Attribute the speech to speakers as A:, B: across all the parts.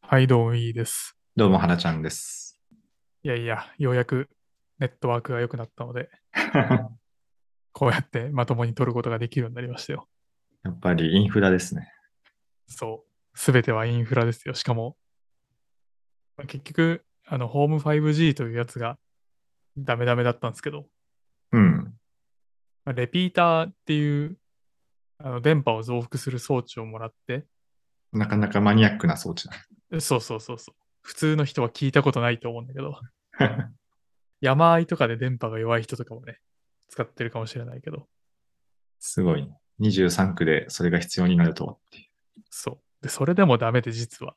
A: はい、どうもいいです。
B: どうも、花ちゃん です。
A: いやいや、ようやくネットワークが良くなったので、
B: や
A: こうやってまともに撮ることができるようになりましたよ。
B: っぱりインフラですね。
A: そう。すべてはインフラですよ。しかも、まあ結局、あの、ホーム 5G というやつがダメダメだったんですけど、
B: うん。
A: まあレピーターっていう、あの、電波を増幅する装置をもらって、
B: なかなかマニアックな装置
A: そうそうそうそう。普通の人は聞いたことないと思うんだけど、
B: だ。
A: 山あいとかで電波が弱い人とかもね、使ってるかもしれないけど、
B: すごい、ね。23区でそれが必要になる とはってい
A: そう。で、それでもダメで実は。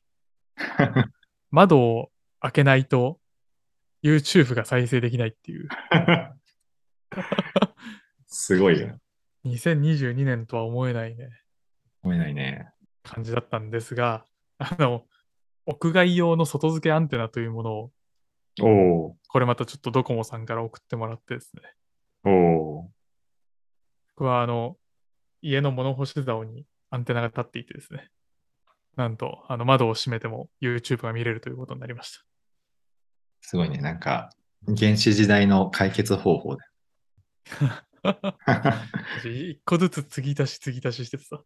B: う。
A: 窓を開けないと YouTube が再生できないっていう。
B: すごいよ。
A: 2022年とは思えないね、
B: 思えないね。
A: 感じだったんですが、あの、屋外用の外付けアンテナというものを、
B: お
A: これまたちょっとドコモさんから送ってもらってですね。
B: おお
A: 僕はあの、家の物干し竿にアンテナが立っていてですね。なんと、あの、窓を閉めても YouTube が見れるということになりました。
B: すごいね。なんか、原始時代の解決方 法だ。
A: 一個ずつ継ぎ足し継ぎ足ししててさ。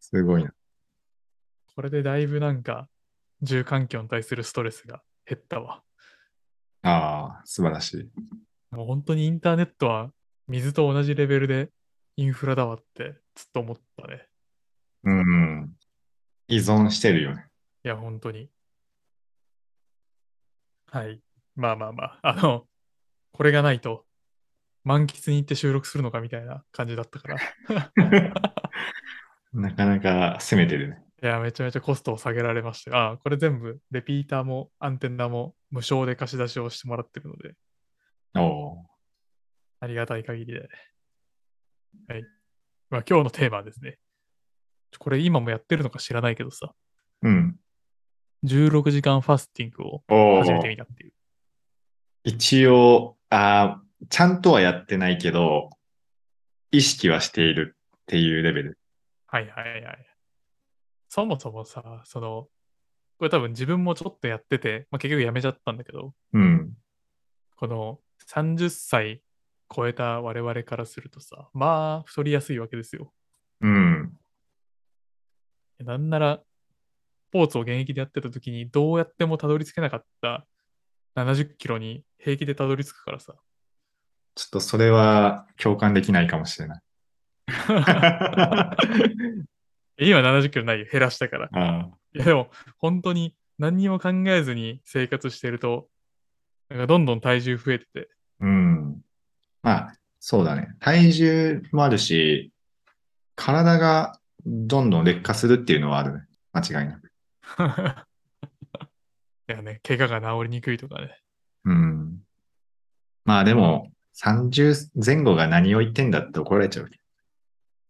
B: すごいな。
A: これでだいぶなんか、住環境に対するストレスが減ったわ。
B: ああ、素晴らしい。
A: もう本当にインターネットは水と同じレベルでインフラだわってずっと思ったね。
B: うん。依存してるよ ね。
A: いや、本当に。はい。まあまあまあ。あの、これがないと満喫に行って収録するのかみたいな感じだったから。い
B: なかなか攻めてるね。
A: や、めちゃめちゃコストを下げられましたよ。ああ、これ全部レピーターもアンテナも無償で貸し出しをしてもらってるので、
B: おお
A: ありがたい限りで。はい。まあ、今日のテーマはですね。ちょこれ今もやってるのか知らないけどさ、
B: ー。うん。
A: 16時間ファスティングを
B: おお
A: 始めてみたっていう。
B: 一応、あーちゃんとはやってないけど、意識はしているっていうレベル。
A: はいはいはい。そもそもさ、その、これ多分自分もちょっとやってて、まあ、結局やめちゃったんだけど、
B: うん。
A: この30歳超えた我々からするとさ、まあ太りやすいわけですよ。
B: うん。
A: なんなら、スポーツを現役でやってた時に、どうやってもたどり着けなかった70キロに平気でたどり着くからさ。
B: ちょっとそれは共感できないかも しれない。
A: 今70キロないよ、減らしたから。
B: あ
A: いやでも、本当に何にも考えずに生活してると、なんかどんどん体重増えてて、
B: ーうん。まあ、そうだね。体重もあるし、体がどんどん劣化するっていうのはあるね。間違いなく。
A: いやね、怪我が治りにくいとかね。
B: うん。まあでも、30前後が何を言ってんだって怒られちゃう。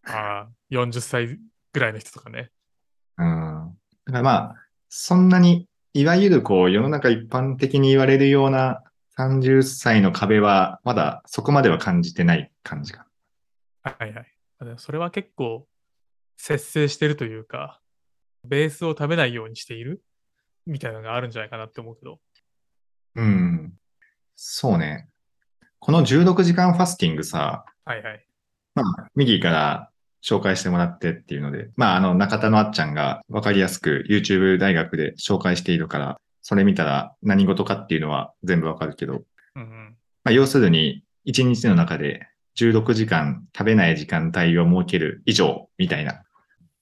A: ああ、40歳ぐらいの人とかね。
B: うんだからまあ、そんなに、いわゆるこう、世の中一般的に言われるような30歳の壁は、まだそこまでは感じてない感じが。
A: はいはい。あでもそれは結構、節制してるというか、ベースを食べないようにしているみたいなのがあるんじゃないかなって思うけど。
B: うん。そうね。この16時間ファスティングさ、
A: はいはい。
B: まあ、右から紹介してもらってっていうので、まあ、あの、中田のあっちゃんがわかりやすく YouTube 大学で紹介しているから、それ見たら何事かっていうのは全部わかるけど、
A: うんうん。
B: まあ、要するに、1日の中で16時間食べない時間帯を設ける以上、みたいな。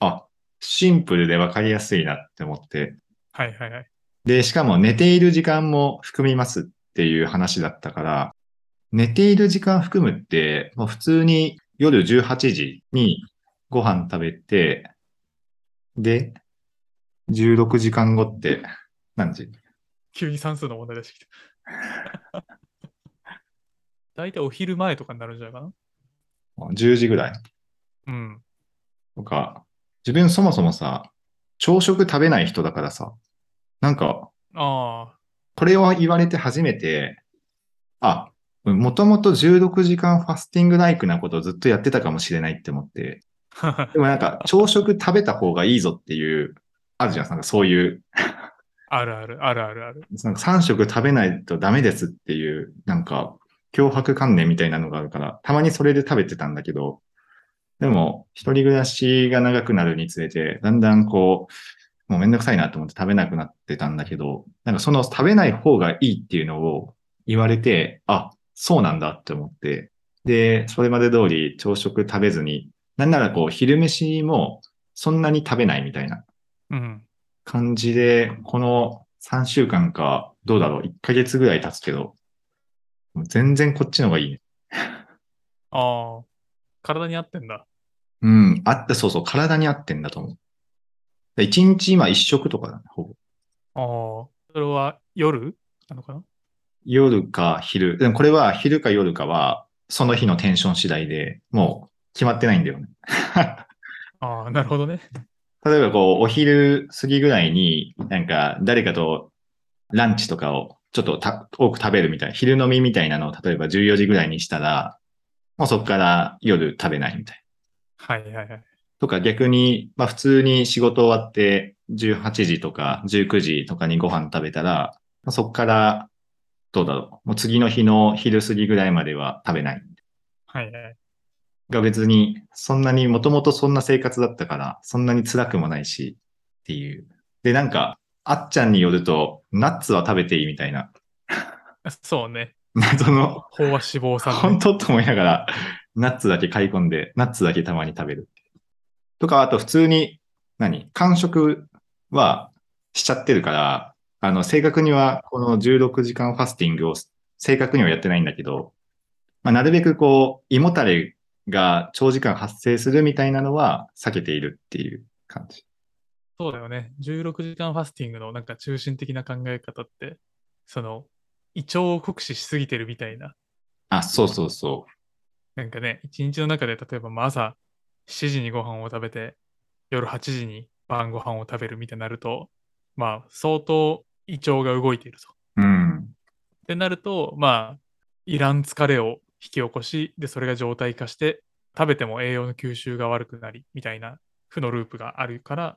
B: あ、シンプルで分かりやすいなって思って。
A: はいはいはい。
B: で、しかも寝ている時間も含みますっていう話だったから、寝ている時間含むって、もう普通に夜18時にご飯食べて、で、16時間後って何時
A: 急に算数の問題出してきた。 大体お昼前とかになるんじゃないか
B: ?10 時ぐらい
A: なうん。
B: とか、自分そもそもさ、朝食食べない人だからさ、なんか、
A: ああ、
B: これを言われて初めて、あ、もともと16時間ファスティングライクなことをずっとやってたかもしれないって思って、でもなんか、朝食食べた方がいいぞっていう、あるじゃん、なんかそういう、
A: あるある、あるあるある。
B: なんか3食食べないとダメですっていう、なんか、脅迫観念みたいなのがあるから、たまにそれで食べてたんだけど、でも、一人暮らしが長くなるにつれて、だんだんこう、もうめんどくさいなと思って食べなくなってたんだけど、なんかその食べない方がいいっていうのを言われて、あ、そうなんだって思って、で、それまで通り朝食食べずに、なんならこう、昼飯もそんなに食べないみたいな。
A: うん。
B: 感じで、この3週間か、どうだろう、1ヶ月ぐらい経つけど、もう全然こっちの方がいいね。
A: ああ、体に合ってんだ。
B: うん、あった、そうそう、体に合ってんだと思う。1日今1食とかだね、ほぼ。
A: ああ、それは夜なのかな
B: 夜か昼。でもこれは昼か夜かは、その日のテンション次第で、もう決まってないんだよね。
A: ああ、なるほどね。
B: 例えばこう、お昼過ぎぐらいに、なんか誰かとランチとかをちょっとた多く食べるみたいな、昼飲みみたいなのを例えば14時ぐらいにしたら、もうそこから夜食べないみたいな。
A: はいはいはい。
B: とか逆に、まあ普通に仕事終わって18時とか19時とかにご飯食べたら、まあそこからどうだろう。もう次の日の昼過ぎぐらいまでは食べない。
A: はいはい。
B: が別に、そんなに、もともとそんな生活だったから、そんなに辛くもないし、っていう。で、なんか、あっちゃんによると、ナッツは食べていいみたいな、
A: そうね。
B: 謎の、
A: 飽和脂肪酸、
B: 本
A: ね。
B: 当と思いながら、ナッツだけ買い込んで、ナッツだけたまに食べる。とか、あと普通に、何間食はしちゃってるから、あの、正確には、この16時間ファスティングを、正確にはやってないんだけど、まあ、なるべくこう、胃もたれが長時間発生するみたいなのは避けているっていう感じ。
A: そうだよね。16時間ファスティングのなんか中心的な考え方って、その、胃腸を酷使しすぎてるみたいな。
B: あ、そうそうそ
A: なんかね、一日の中で例えばまあ朝7時にご飯を食べて、夜8時に晩ご飯を食べるみたいになると、まあ相当胃腸が動いていると。
B: う。うん。
A: ってなると、まあ、いらん疲れを引き起こし、で、それが状態化して、食べても栄養の吸収が悪くなり、みたいな負のループがあるから、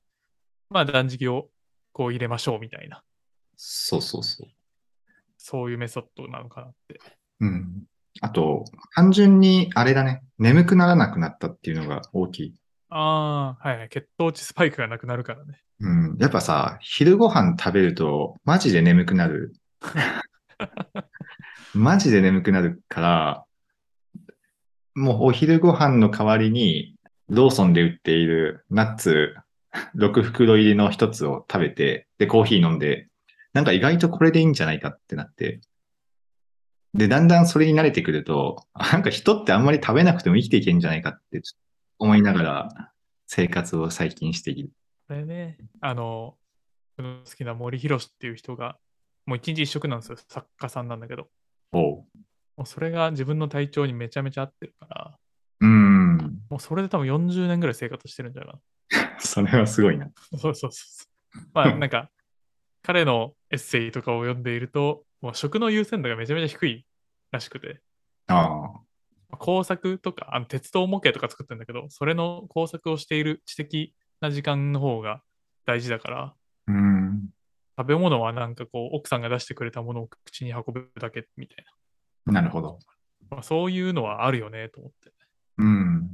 A: まあ、断食をこう入れましょうみたいな、
B: そうそうそう。
A: そういうメソッドなのかなって。
B: うん。あと、単純にあれだね。眠くならなくなったっていうのが大きい。
A: ああ、はいはい、血糖値スパイクがなくなるからね。
B: うん。やっぱさ、昼ご飯食べると、マジで眠くなる。マジで眠くなるから、もうお昼ご飯の代わりに、ローソンで売っているナッツ6袋入りの一つを食べて、で、コーヒー飲んで、なんか意外とこれでいいんじゃないかってなって。で、だんだんそれに慣れてくると、あなんか人ってあんまり食べなくても生きていけんじゃないかってちょっと思いながら生活を最近している。
A: これね、あの、僕の好きな森博っていう人が、もう一日一食なんですよ、作家さんなんだけど。
B: おう
A: もうそれが自分の体調にめちゃめちゃ合ってるから、
B: うん。
A: もうそれで多分40年ぐらい生活してるんじゃないかな。
B: それはすごいな。
A: そうそうそうそう。まあなんか、彼のエッセイとかを読んでいると、もう食の優先度がめちゃめちゃ低いらしくて、
B: ああ。
A: まあ工作とか、あの鉄道模型とか作ってるんだけど、それの工作をしている知的な時間の方が大事だから、
B: うん。
A: 食べ物はなんかこう、奥さんが出してくれたものを口に運ぶだけみたい
B: なるほど。
A: な。まあ、そういうのはあるよね、と思って。
B: うん。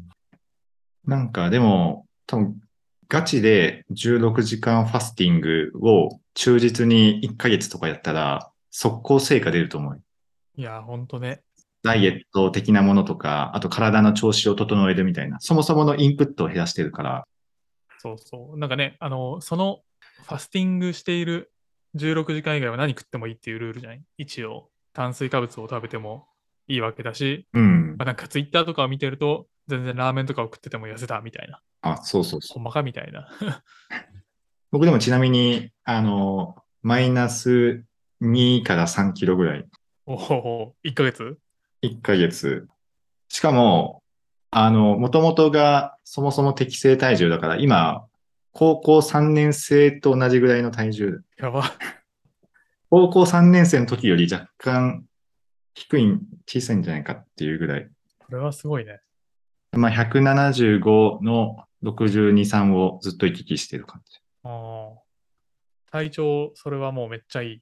B: なんかでも、多分ガチで16時間ファスティングを忠実に1ヶ月とかやったら、速攻成果出ると思う。
A: いやー、ほんとね。
B: ダイエット的なものとか、あと体の調子を整えるみたいな、そもそものインプットを減らしてるから。
A: そうそう。なんかね、あの、そのファスティングしている16時間以外は何食ってもいいっていうルールじゃない一応、炭水化物を食べてもいいわけだし、
B: うん
A: ま。あ、なんかツイッターとかを見てると、全然ラーメンとかを食ってても痩せたみたいな、
B: あ、そうそうそう。
A: ほんまかみたいな。
B: 僕でもちなみに、あの、マイナス2から3キロぐらい
A: おお、1ヶ月
B: 1ヶ月。しかも、あの、もともとがそもそも適正体重だから、今、高校3年生と同じぐらいの体重。
A: やば。
B: 高校3年生の時より若干低い、小さいんじゃないかっていうぐらい。
A: これはすごいね。
B: まあ、175の62、3をずっと行き来してる感じ。
A: あー体調、それはもうめっちゃいい。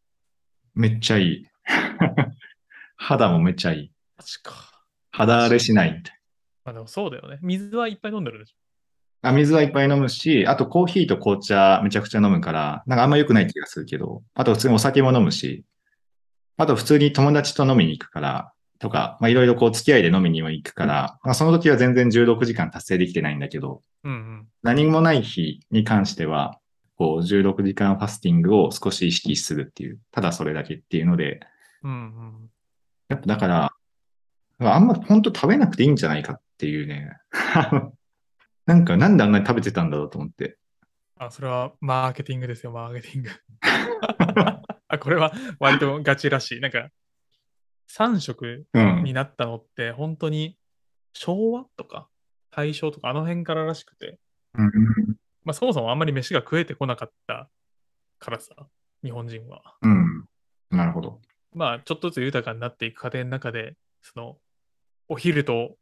B: めっちゃいい。 肌もめっちゃいい。
A: マジか。
B: 肌荒れしないみたい
A: まあでもそうだよね。水はいっぱい飲んでるでしょ。
B: な。あ水はいっぱい飲むし、あとコーヒーと紅茶めちゃくちゃ飲むから、なんかあんま良くない気がするけど、あと普通にお酒も飲むし、あと普通に友達と飲みに行くから、とか、まあいろいろこう付き合いで飲みには行くから、まあその時は全然16時間達成できてないんだけど、
A: うんうん。
B: 何もない日に関しては、こう16時間ファスティングを少し意識するっていう、ただそれだけっていうので、
A: うんうん。
B: やっぱだから、あんま本当食べなくていいんじゃないかっていうね。 なんかなんであんなに食べてたんだろうと思って。
A: あ、それはマーケティングですよ、マーケティング。 あ、これは割とガチらしい。なんか、3食
B: うん。
A: になったのって、本当に昭和とか大正とかあの辺かららしくて、
B: うん
A: まあそもそもあんまり飯が食えてこなかったからさ、日本人は。
B: うん。なるほど。
A: まあちょっとずつ豊かになっていく過程の中で、その、お昼と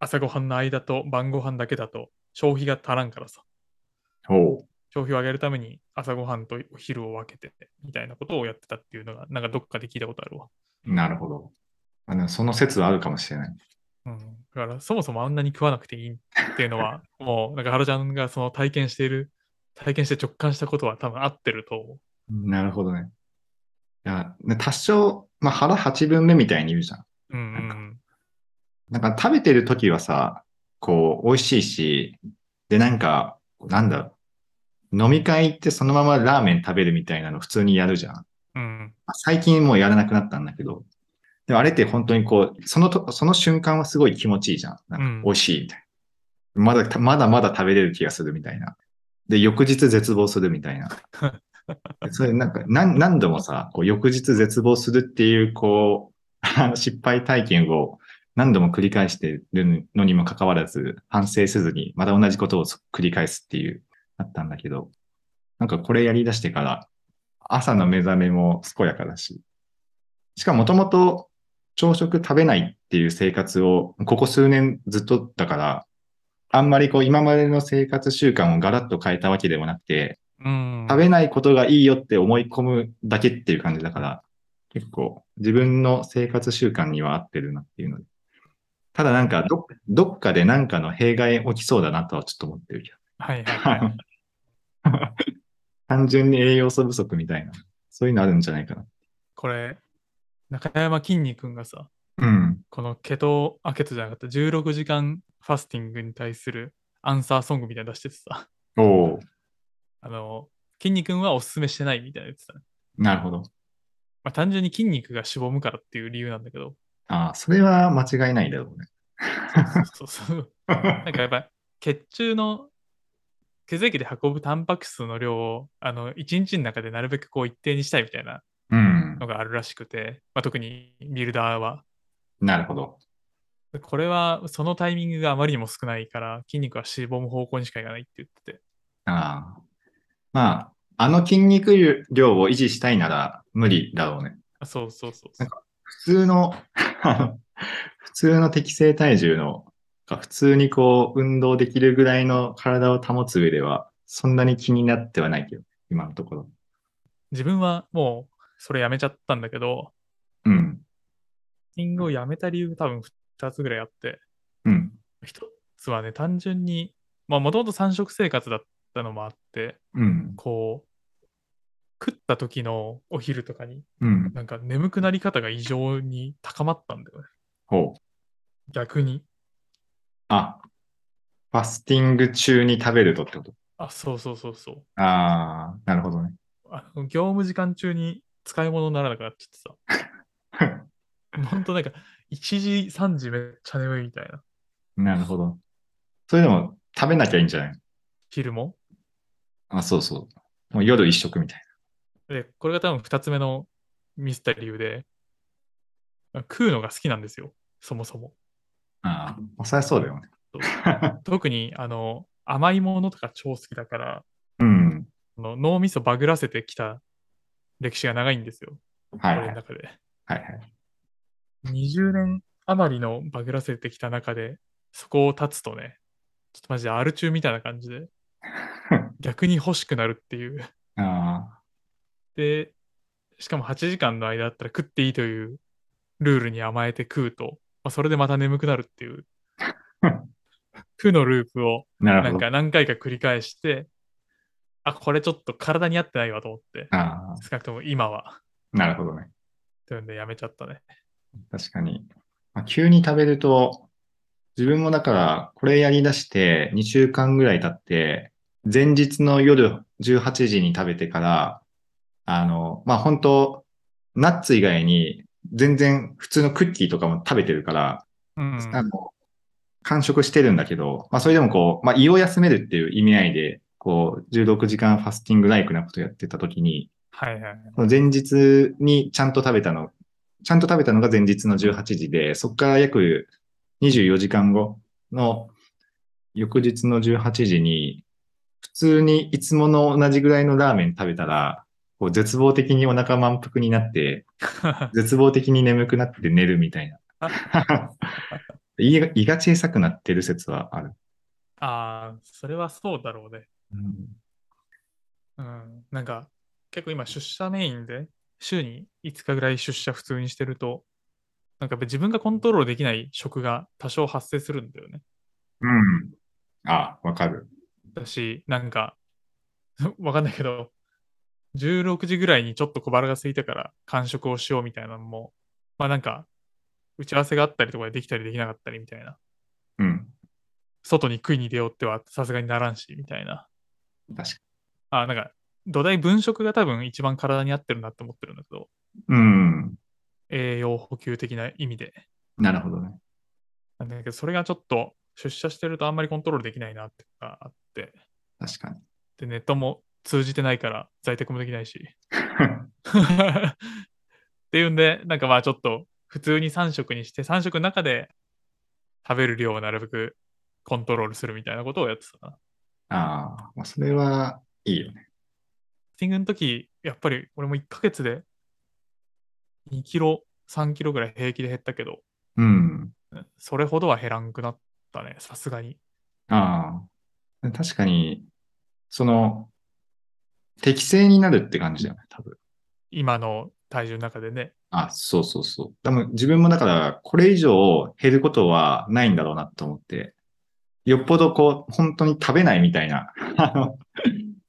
A: 朝ごはんの間と晩ごはんだけだと消費が足らんからさ。
B: おう。
A: 消費を上げるために朝ごはんとお昼を分けてみたいなことをやってたっていうのがなんかどっかで聞いたことあるわ。
B: なるほど。あでもその説はあるかもしれない。
A: うん、だからそもそもあんなに食わなくていいっていうのは もうなんか原ちゃんがその体験している体験して直感したことは多分合ってると思う。
B: なるほどね。いや、ね多少、まあ、腹8分目みたいに言うじゃん。
A: うんう
B: なんなんか食べてる時はさ、こう、美味しいし、で、なんか、なんだろう。飲み会行ってそのままラーメン食べるみたいなの普通にやるじゃん。
A: うんうん
B: まあ最近もうやらなくなったんだけど、でもあれって本当にこう、そのと、その瞬間はすごい気持ちいいじゃん。なん
A: うん
B: か美味しいみたいな。まだ、まだまだ食べれる気がするみたいな。で、翌日絶望するみ たいな。それなんか何、何度もさ、こう翌日絶望するっていう、こう、あの失敗体験を何度も繰り返してるのにもかかわらず、反省せずに、また同じことを繰り返すっていう、あったんだけど、なんかこれやり出してから、朝の目覚めも健やかだし、しかももともと朝食食べないっていう生活を、ここ数年ずっとだから、あんまりこう今までの生活習慣をガラッと変えたわけでもなくて、
A: うん。
B: 食べないことがいいよって思い込むだけっていう感じだから、結構自分の生活習慣には合ってるなっていうので。ただなんかど、どっかでなんかの弊害起きそうだなとはちょっと思ってるけど。
A: はいはいはい。
B: 単純に栄養素不足みたいな、そういうのあるんじゃないかな。
A: これ中山きんに君がさ
B: うん。
A: このケトあケトじゃなかった16時間ファスティングに対するアンサーソングみたいなの出しててさ
B: おお
A: あのきんに君はおすすめしてないみたいなの言ってたね
B: なるほど。
A: まあ、単純に筋肉がしぼむからっていう理由なんだけど、
B: ああ、それは間違いないだろうね。
A: そうそうそうなんかやっぱ血中の血液で運ぶタンパク質の量をあの1日の中でなるべくこう一定にしたいみたいな
B: うん
A: の。があるらしくて、まあ、特にビルダーは。
B: なるほど。
A: これはそのタイミングがあまりにも少ないから筋肉はしぼむ方向にしかいかないって言ってて。
B: ああ。まあ、あの筋肉量を維持したいなら無理だろうね。
A: あそうそうそうそう
B: な。
A: ん
B: 普通の、 普通の適正体重の、普通にこう運動できるぐらいの体を保つ上では、そんなに気になってはないけど、今のところ。
A: 自分はもうそれやめちゃったんだけど、
B: うん。
A: 筋肉をやめた理由が多分2つぐらいあって、
B: うん。
A: 一つはね、単純に、まあ、もともと3食生活だったのもあって、
B: うん。
A: こう、食った時のお昼とかに、
B: うん。
A: なんか眠くなり方が異常に高まったんだよね。
B: ほう。
A: 逆に。
B: あ、ファスティング中に食べるとってこと
A: あ、そうそうそうそう。
B: ああ、なるほどね。
A: あの業務時間中に使い物にならなくなっちゃってさ、ほんとなんか、1時、3時めっちゃ眠いみたいな。
B: なるほど。それでも食べなきゃいいんじゃない
A: 昼も。
B: あ、そうそう。もう夜一食みたい
A: で、これが多分2つ目のミスった理由で、食うのが好きなんですよ、そもそも。
B: な。ああ、そりゃそうだよね。
A: 特にあの甘いものとか超好きだから
B: うん。
A: あの脳みそバグらせてきた歴史が長いんですよ、
B: はいはい
A: 俺の
B: はい
A: 中で。
B: はい。
A: 20年余りのバグらせてきた中で、そこを立つとね、ちょっとマジ でアル中みたいな感じで、逆に欲しくなるっていう、
B: ああ、
A: で、しかも8時間の間だったら食っていいというルールに甘えて食うと、まあ、それでまた眠くなるっていう 負のループを
B: な
A: な
B: る
A: ん
B: ほど。
A: か何回か繰り返して、あ、これちょっと体に合ってないわと思って、
B: ああ、
A: 少なくとも今は。
B: なるほどね。
A: というんでやめちゃったね。
B: 確かに。まあ、急に食べると、自分もだから、これやり出して2週間ぐらい経って、前日の夜18時に食べてから、あの、まあ、本当ナッツ以外に、全然普通のクッキーとかも食べてるから、
A: うん。
B: あの、完食してるんだけど、まあ、それでもこう、まあ、胃を休めるっていう意味合いで、こう、16時間ファスティングライクなことやってた時に、
A: はいはい。
B: その前日にちゃんと食べたの、ちゃんと食べたのが前日の18時で、そこから約24時間後の翌日の18時に、普通にいつもの同じぐらいのラーメン食べたら、こう絶望的にお腹満腹になって、 絶望的に眠くなって寝るみたい な。胃が胃が小さくなってる説はある。
A: ああ、それはそうだろうね。
B: うん
A: うん。なんか、結構今出社メインで、週に5日ぐらい出社普通にしてると、なんかやっぱ自分がコントロールできない食が多少発生するんだよね。
B: うん。あ、わかる。
A: だし、なんか、 わかんないけど、16時ぐらいにちょっと小腹が空いたから完食をしようみたいなのも、まあなんか、打ち合わせがあったりとかでできたりできなかったりみたいな。
B: うん。
A: 外に食いに出ようってはさすがにならんし、みたいな。
B: 確か
A: あ、なんか、土台分食が多分一番体に合ってるなって思ってるんだけど、
B: に。うん。
A: 栄養補給的な意味で。
B: なるほどね。
A: なんだけど、それがちょっと出社してるとあんまりコントロールできないなってのがあって、
B: 確かに。
A: で、ネットも通じてないから在宅もできないし。っていうんで、なんかまあちょっと普通に3食にして、3食の中で食べる量をなるべくコントロールするみたいなことをやってたな。
B: ああ、まあ、それはいいよ
A: フ
B: ね。
A: ィッティングの時、やっぱり俺も1ヶ月で2キロ、3キロぐらい平気で減ったけど、
B: うん。
A: それほどは減らんくなったね、さすがに。
B: ああ。確かに、その、適正になるって感じだよね、多分。
A: 今の体重の中でね。
B: あ、そうそうそう。多分自分もだから、これ以上減ることはないんだろうなと思って、よっぽどこう、本当に食べないみたいな、あの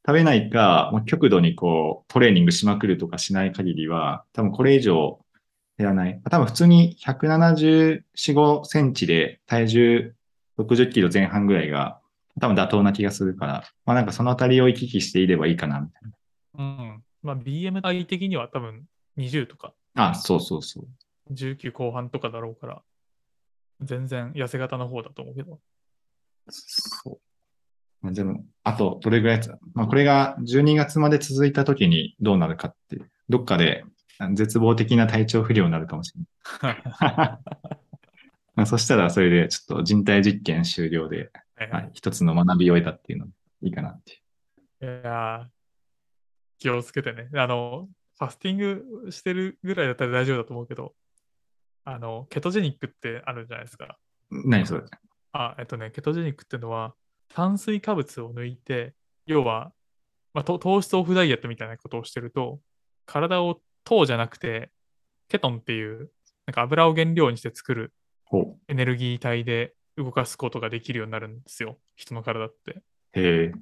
B: 食べないか、もう極度にこう、トレーニングしまくるとかしない限りは、多分これ以上減らない。多分普通に174、5センチで体重60キロ前半ぐらいが、多分妥当な気がするから、まあなんかそのあたりを行き来していればいいかな、みたい
A: うん。まあ BMI 的には多分20とか
B: な。あ、そうそうそう。
A: 19後半とかだろうから、全然痩せ型の方だと思うけど。
B: そう。まあ、でも、あと、どれぐらいつ、まあ、これが12月まで続いた時にどうなるかって、どっかであ絶望的な体調不良になるかもしれない。 まあそしたら、それでちょっと人体実験終了で、
A: はい
B: はい、一つの学びを得たっていうのがいいかなっていう。
A: いやー気をつけてね。あの、ファスティングしてるぐらいだったら大丈夫だと思うけど、あの、ケトジェニックってあるじゃないですか。
B: 何それ
A: あ、えっとね、ケトジェニックってのは、炭水化物を抜いて、要は、まあ、と糖質オフダイエットみたいなことをしてると、体を糖じゃなくて、ケトンっていう、なんか油を原料にして作る
B: ほう。
A: エネルギー体で動かすことができるようになるんですよ、人の体って。
B: へえ、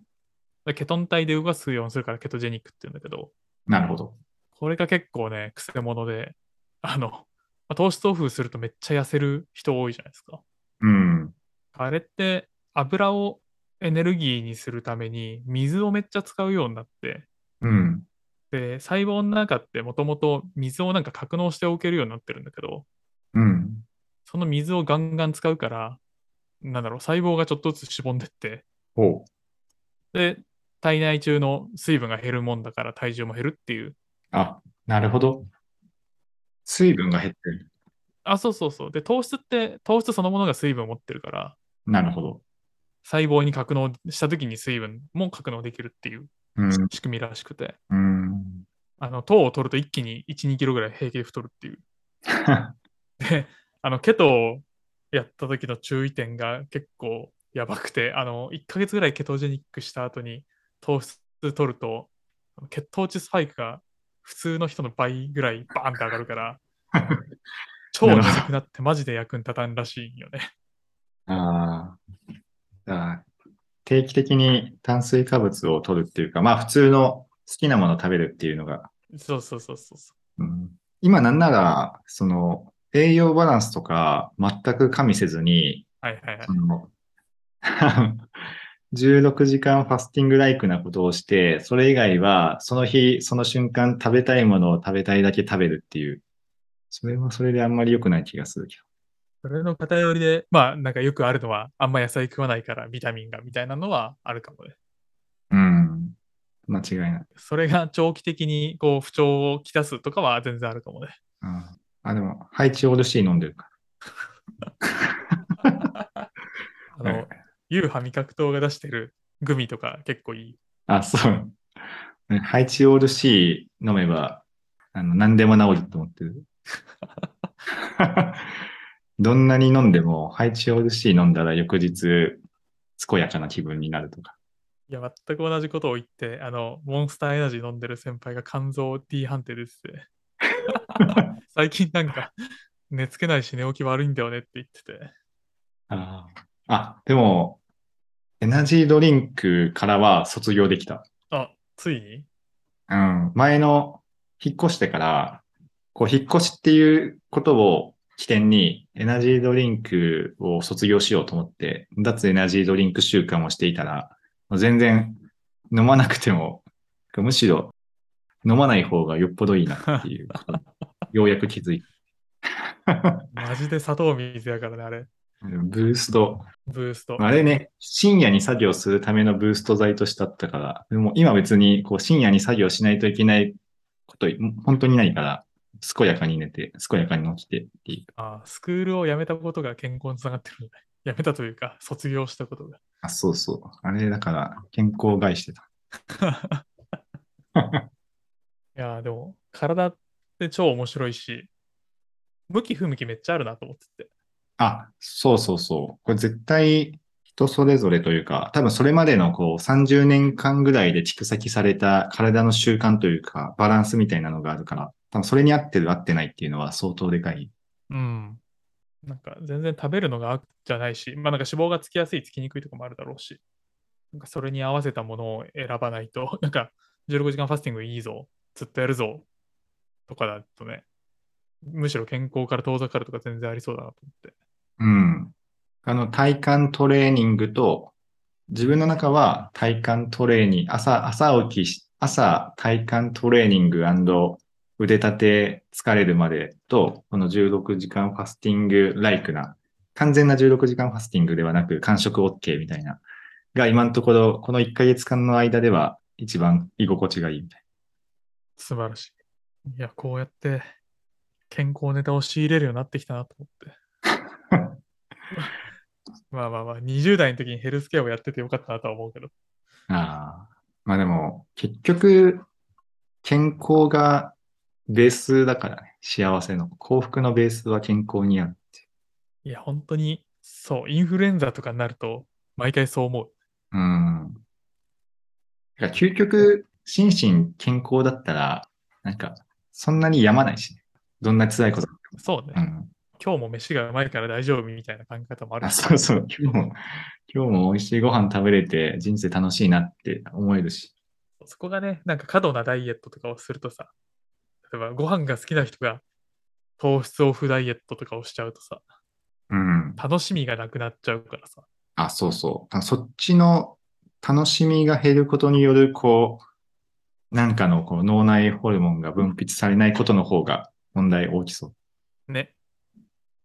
A: でケトン体で動かすようにするからケトジェニックって言うんだけど、
B: なるほど。
A: これが結構ね、くせ者で、あの、まあ糖質オフするとめっちゃ痩せる人多いじゃないですか。
B: うん。
A: あれって油をエネルギーにするために水をめっちゃ使うようになって、
B: うん。
A: で、細胞の中ってもともと水をなんか格納しておけるようになってるんだけど、
B: うん。
A: その水をガンガン使うから、なんだろう、細胞がちょっとずつしぼんでって、
B: ほう。
A: で、体内中の水分が減るもんだから体重も減るっていう。
B: あ、なるほど。水分が減ってる。
A: あ、そうそうそう。で、糖質って、糖質そのものが水分を持ってるから、
B: なるほど。
A: 細胞に格納した時に水分も格納できるっていう
B: うん。
A: 仕組みらしくて、
B: うん。
A: あの糖を取ると一気に1、2キロぐらい平気で太るっていう。で、あのケトをやった時の注意点が結構やばくて、あの1ヶ月ぐらいケトジェニックした後に糖質取ると、血糖値スパイクが普通の人の倍ぐらいバーンって上がるから、超むずくなってマジで役に立たんらしいんよね。
B: あーあー。定期的に炭水化物を取るっていうか、まあ普通の好きなものを食べるっていうのが、
A: そうそうそうそうそ
B: うん、今なんなら、その栄養バランスとか全く加味せずに、
A: う。はいはいはい
B: あ。の 16時間ファスティングライクなことをして、それ以外はその日、その瞬間食べたいものを食べたいだけ食べるっていう。それはそれであんまり良くない気がするけど。
A: それの偏りで、まあなんかよくあるのは、あんま野菜食わないからビタミンがみたいなのはあるかもね。
B: うん。間違いない。
A: それが長期的にこう不調をきたすとかは全然あるかもね。
B: ああ、でも、ハイチオールシー飲んでるか
A: あ
B: ら。
A: の、ユーハ味覚糖が出してるグミとか結構いい。
B: あ、そう。ねハイチオールシー飲めば、あの、何でも治ると思ってる。 どんなに飲んでも、ハイチオールシー飲んだら翌日、健やかな気分になるとか。
A: いや、全く同じことを言って、あの、モンスターエナジー飲んでる先輩が肝臓 D 判定ですって。最近なんか、寝つけないし寝起き悪いんだよねって言ってて。
B: ああ、でも、エナジードリンクからは卒業できた。
A: あ、ついに
B: うん、前の引っ越してから、こう、引っ越しっていうことを起点に、エナジードリンクを卒業しようと思って、脱エナジードリンク習慣をしていたら、もう全然飲まなくても、むしろ飲まない方がよっぽどいいなっていう、ようやく気づいた。
A: マジで砂糖水やからね、あれ。
B: ブースト。
A: ブースト。
B: あれね、深夜に作業するためのブースト剤としてあったから、でも今別にこう深夜に作業しないといけないこと、本当にないから、健やかに寝て、健やかに起きてっていう。
A: あスクールを辞めたことが健康につながってるんだ。辞めたというか、卒業したことが。
B: あ、そうそう。あれだから健康を害してた。
A: いやー、でも、体って超面白いし、向き不向きめっちゃあるなと思ってて。
B: あ、そうそうそう。これ絶対人それぞれというか、多分それまでのこう30年間ぐらいで蓄積された体の習慣というか、バランスみたいなのがあるから、多分それに合ってる合ってないっていうのは相当でかい。
A: うん。なんか全然食べるのが悪じゃないし、まあなんか脂肪がつきやすい、つきにくいとかもあるだろうし、なんかそれに合わせたものを選ばないと、 なんか16時間ファスティングいいぞ、ずっとやるぞ、とかだとね、むしろ健康から遠ざかるとか全然ありそうだなと思って。
B: うん。あの、体幹トレーニングと、自分の中は体幹トレーニング、朝、朝起きし、朝体幹トレーニング腕立て疲れるまでと、この16時間ファスティングライクな、完全な16時間ファスティングではなく、間食 OK みたいな、が今のところ、この1ヶ月間の間では一番居心地がいいみたい
A: 素晴らしい。いや、こうやって健康ネタを仕入れるようになってきたなと思 って。まあまあまあ、20代の時にヘルスケアをやっててよかったなとは思うけど。
B: な。ああ。まあでも、結局、健康がベースだからね。幸せの、幸福のベースは健康にある。
A: いや、本当に、そう、インフルエンザとかになると、毎回そう思う。
B: うん。だから究極、心身健康だったら、なんか、そんなに病まないしね。どんな辛いこと
A: そうね。
B: うん。
A: 今日も飯がうまいから大丈夫みたいな考え方もある
B: あ、
A: し。
B: そうそう。今日も、今日も美味しいご飯食べれて人生楽しいなって思えるし。
A: そこがね、なんか過度なダイエットとかをするとさ、例えばご飯が好きな人が糖質オフダイエットとかをしちゃうとさ、
B: うん。
A: 楽しみがなくなっちゃうからさ。
B: あ、そうそう。あそっちの楽しみが減ることによる、こう、なんかのこう脳内ホルモンが分泌されないことの方が問題大きそう。
A: ね。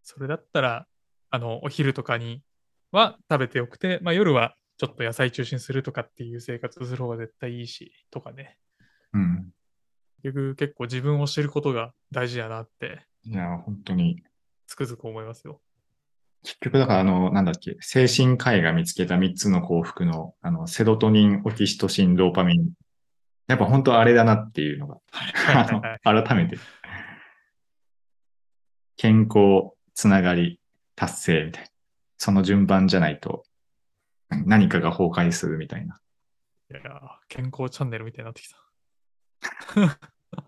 A: それだったら、あの、お昼とかには食べてよくて、まあ夜はちょっと野菜中心するとかっていう生活をする方が絶対いいし、とかね。
B: うん。
A: 結局結構自分を知ることが大事だなって、
B: いや、本当に。
A: つくづく思いますよ。
B: 結局だからあの、なんだっけ、精神科医が見つけた3つの幸福の、あの、セロトニン、オキシトシン、ドーパミン。やっぱ本当あれだなっていうのが、
A: はいはいはい。
B: あの改めて。健康、つながり、達成みたいな。その順番じゃないと、うん何かが崩壊するみたいな。
A: いやー、健康チャンネルみたいになってきた。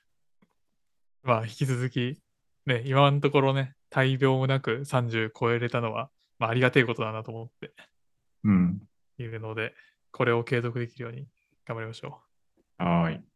A: まあ、引き続き、ね、今のところね、大病もなく30超えれたのは、まあ、ありがてえことだなと思って
B: うん。
A: いるので、これを継続できるように頑張りましょう。
B: はーい。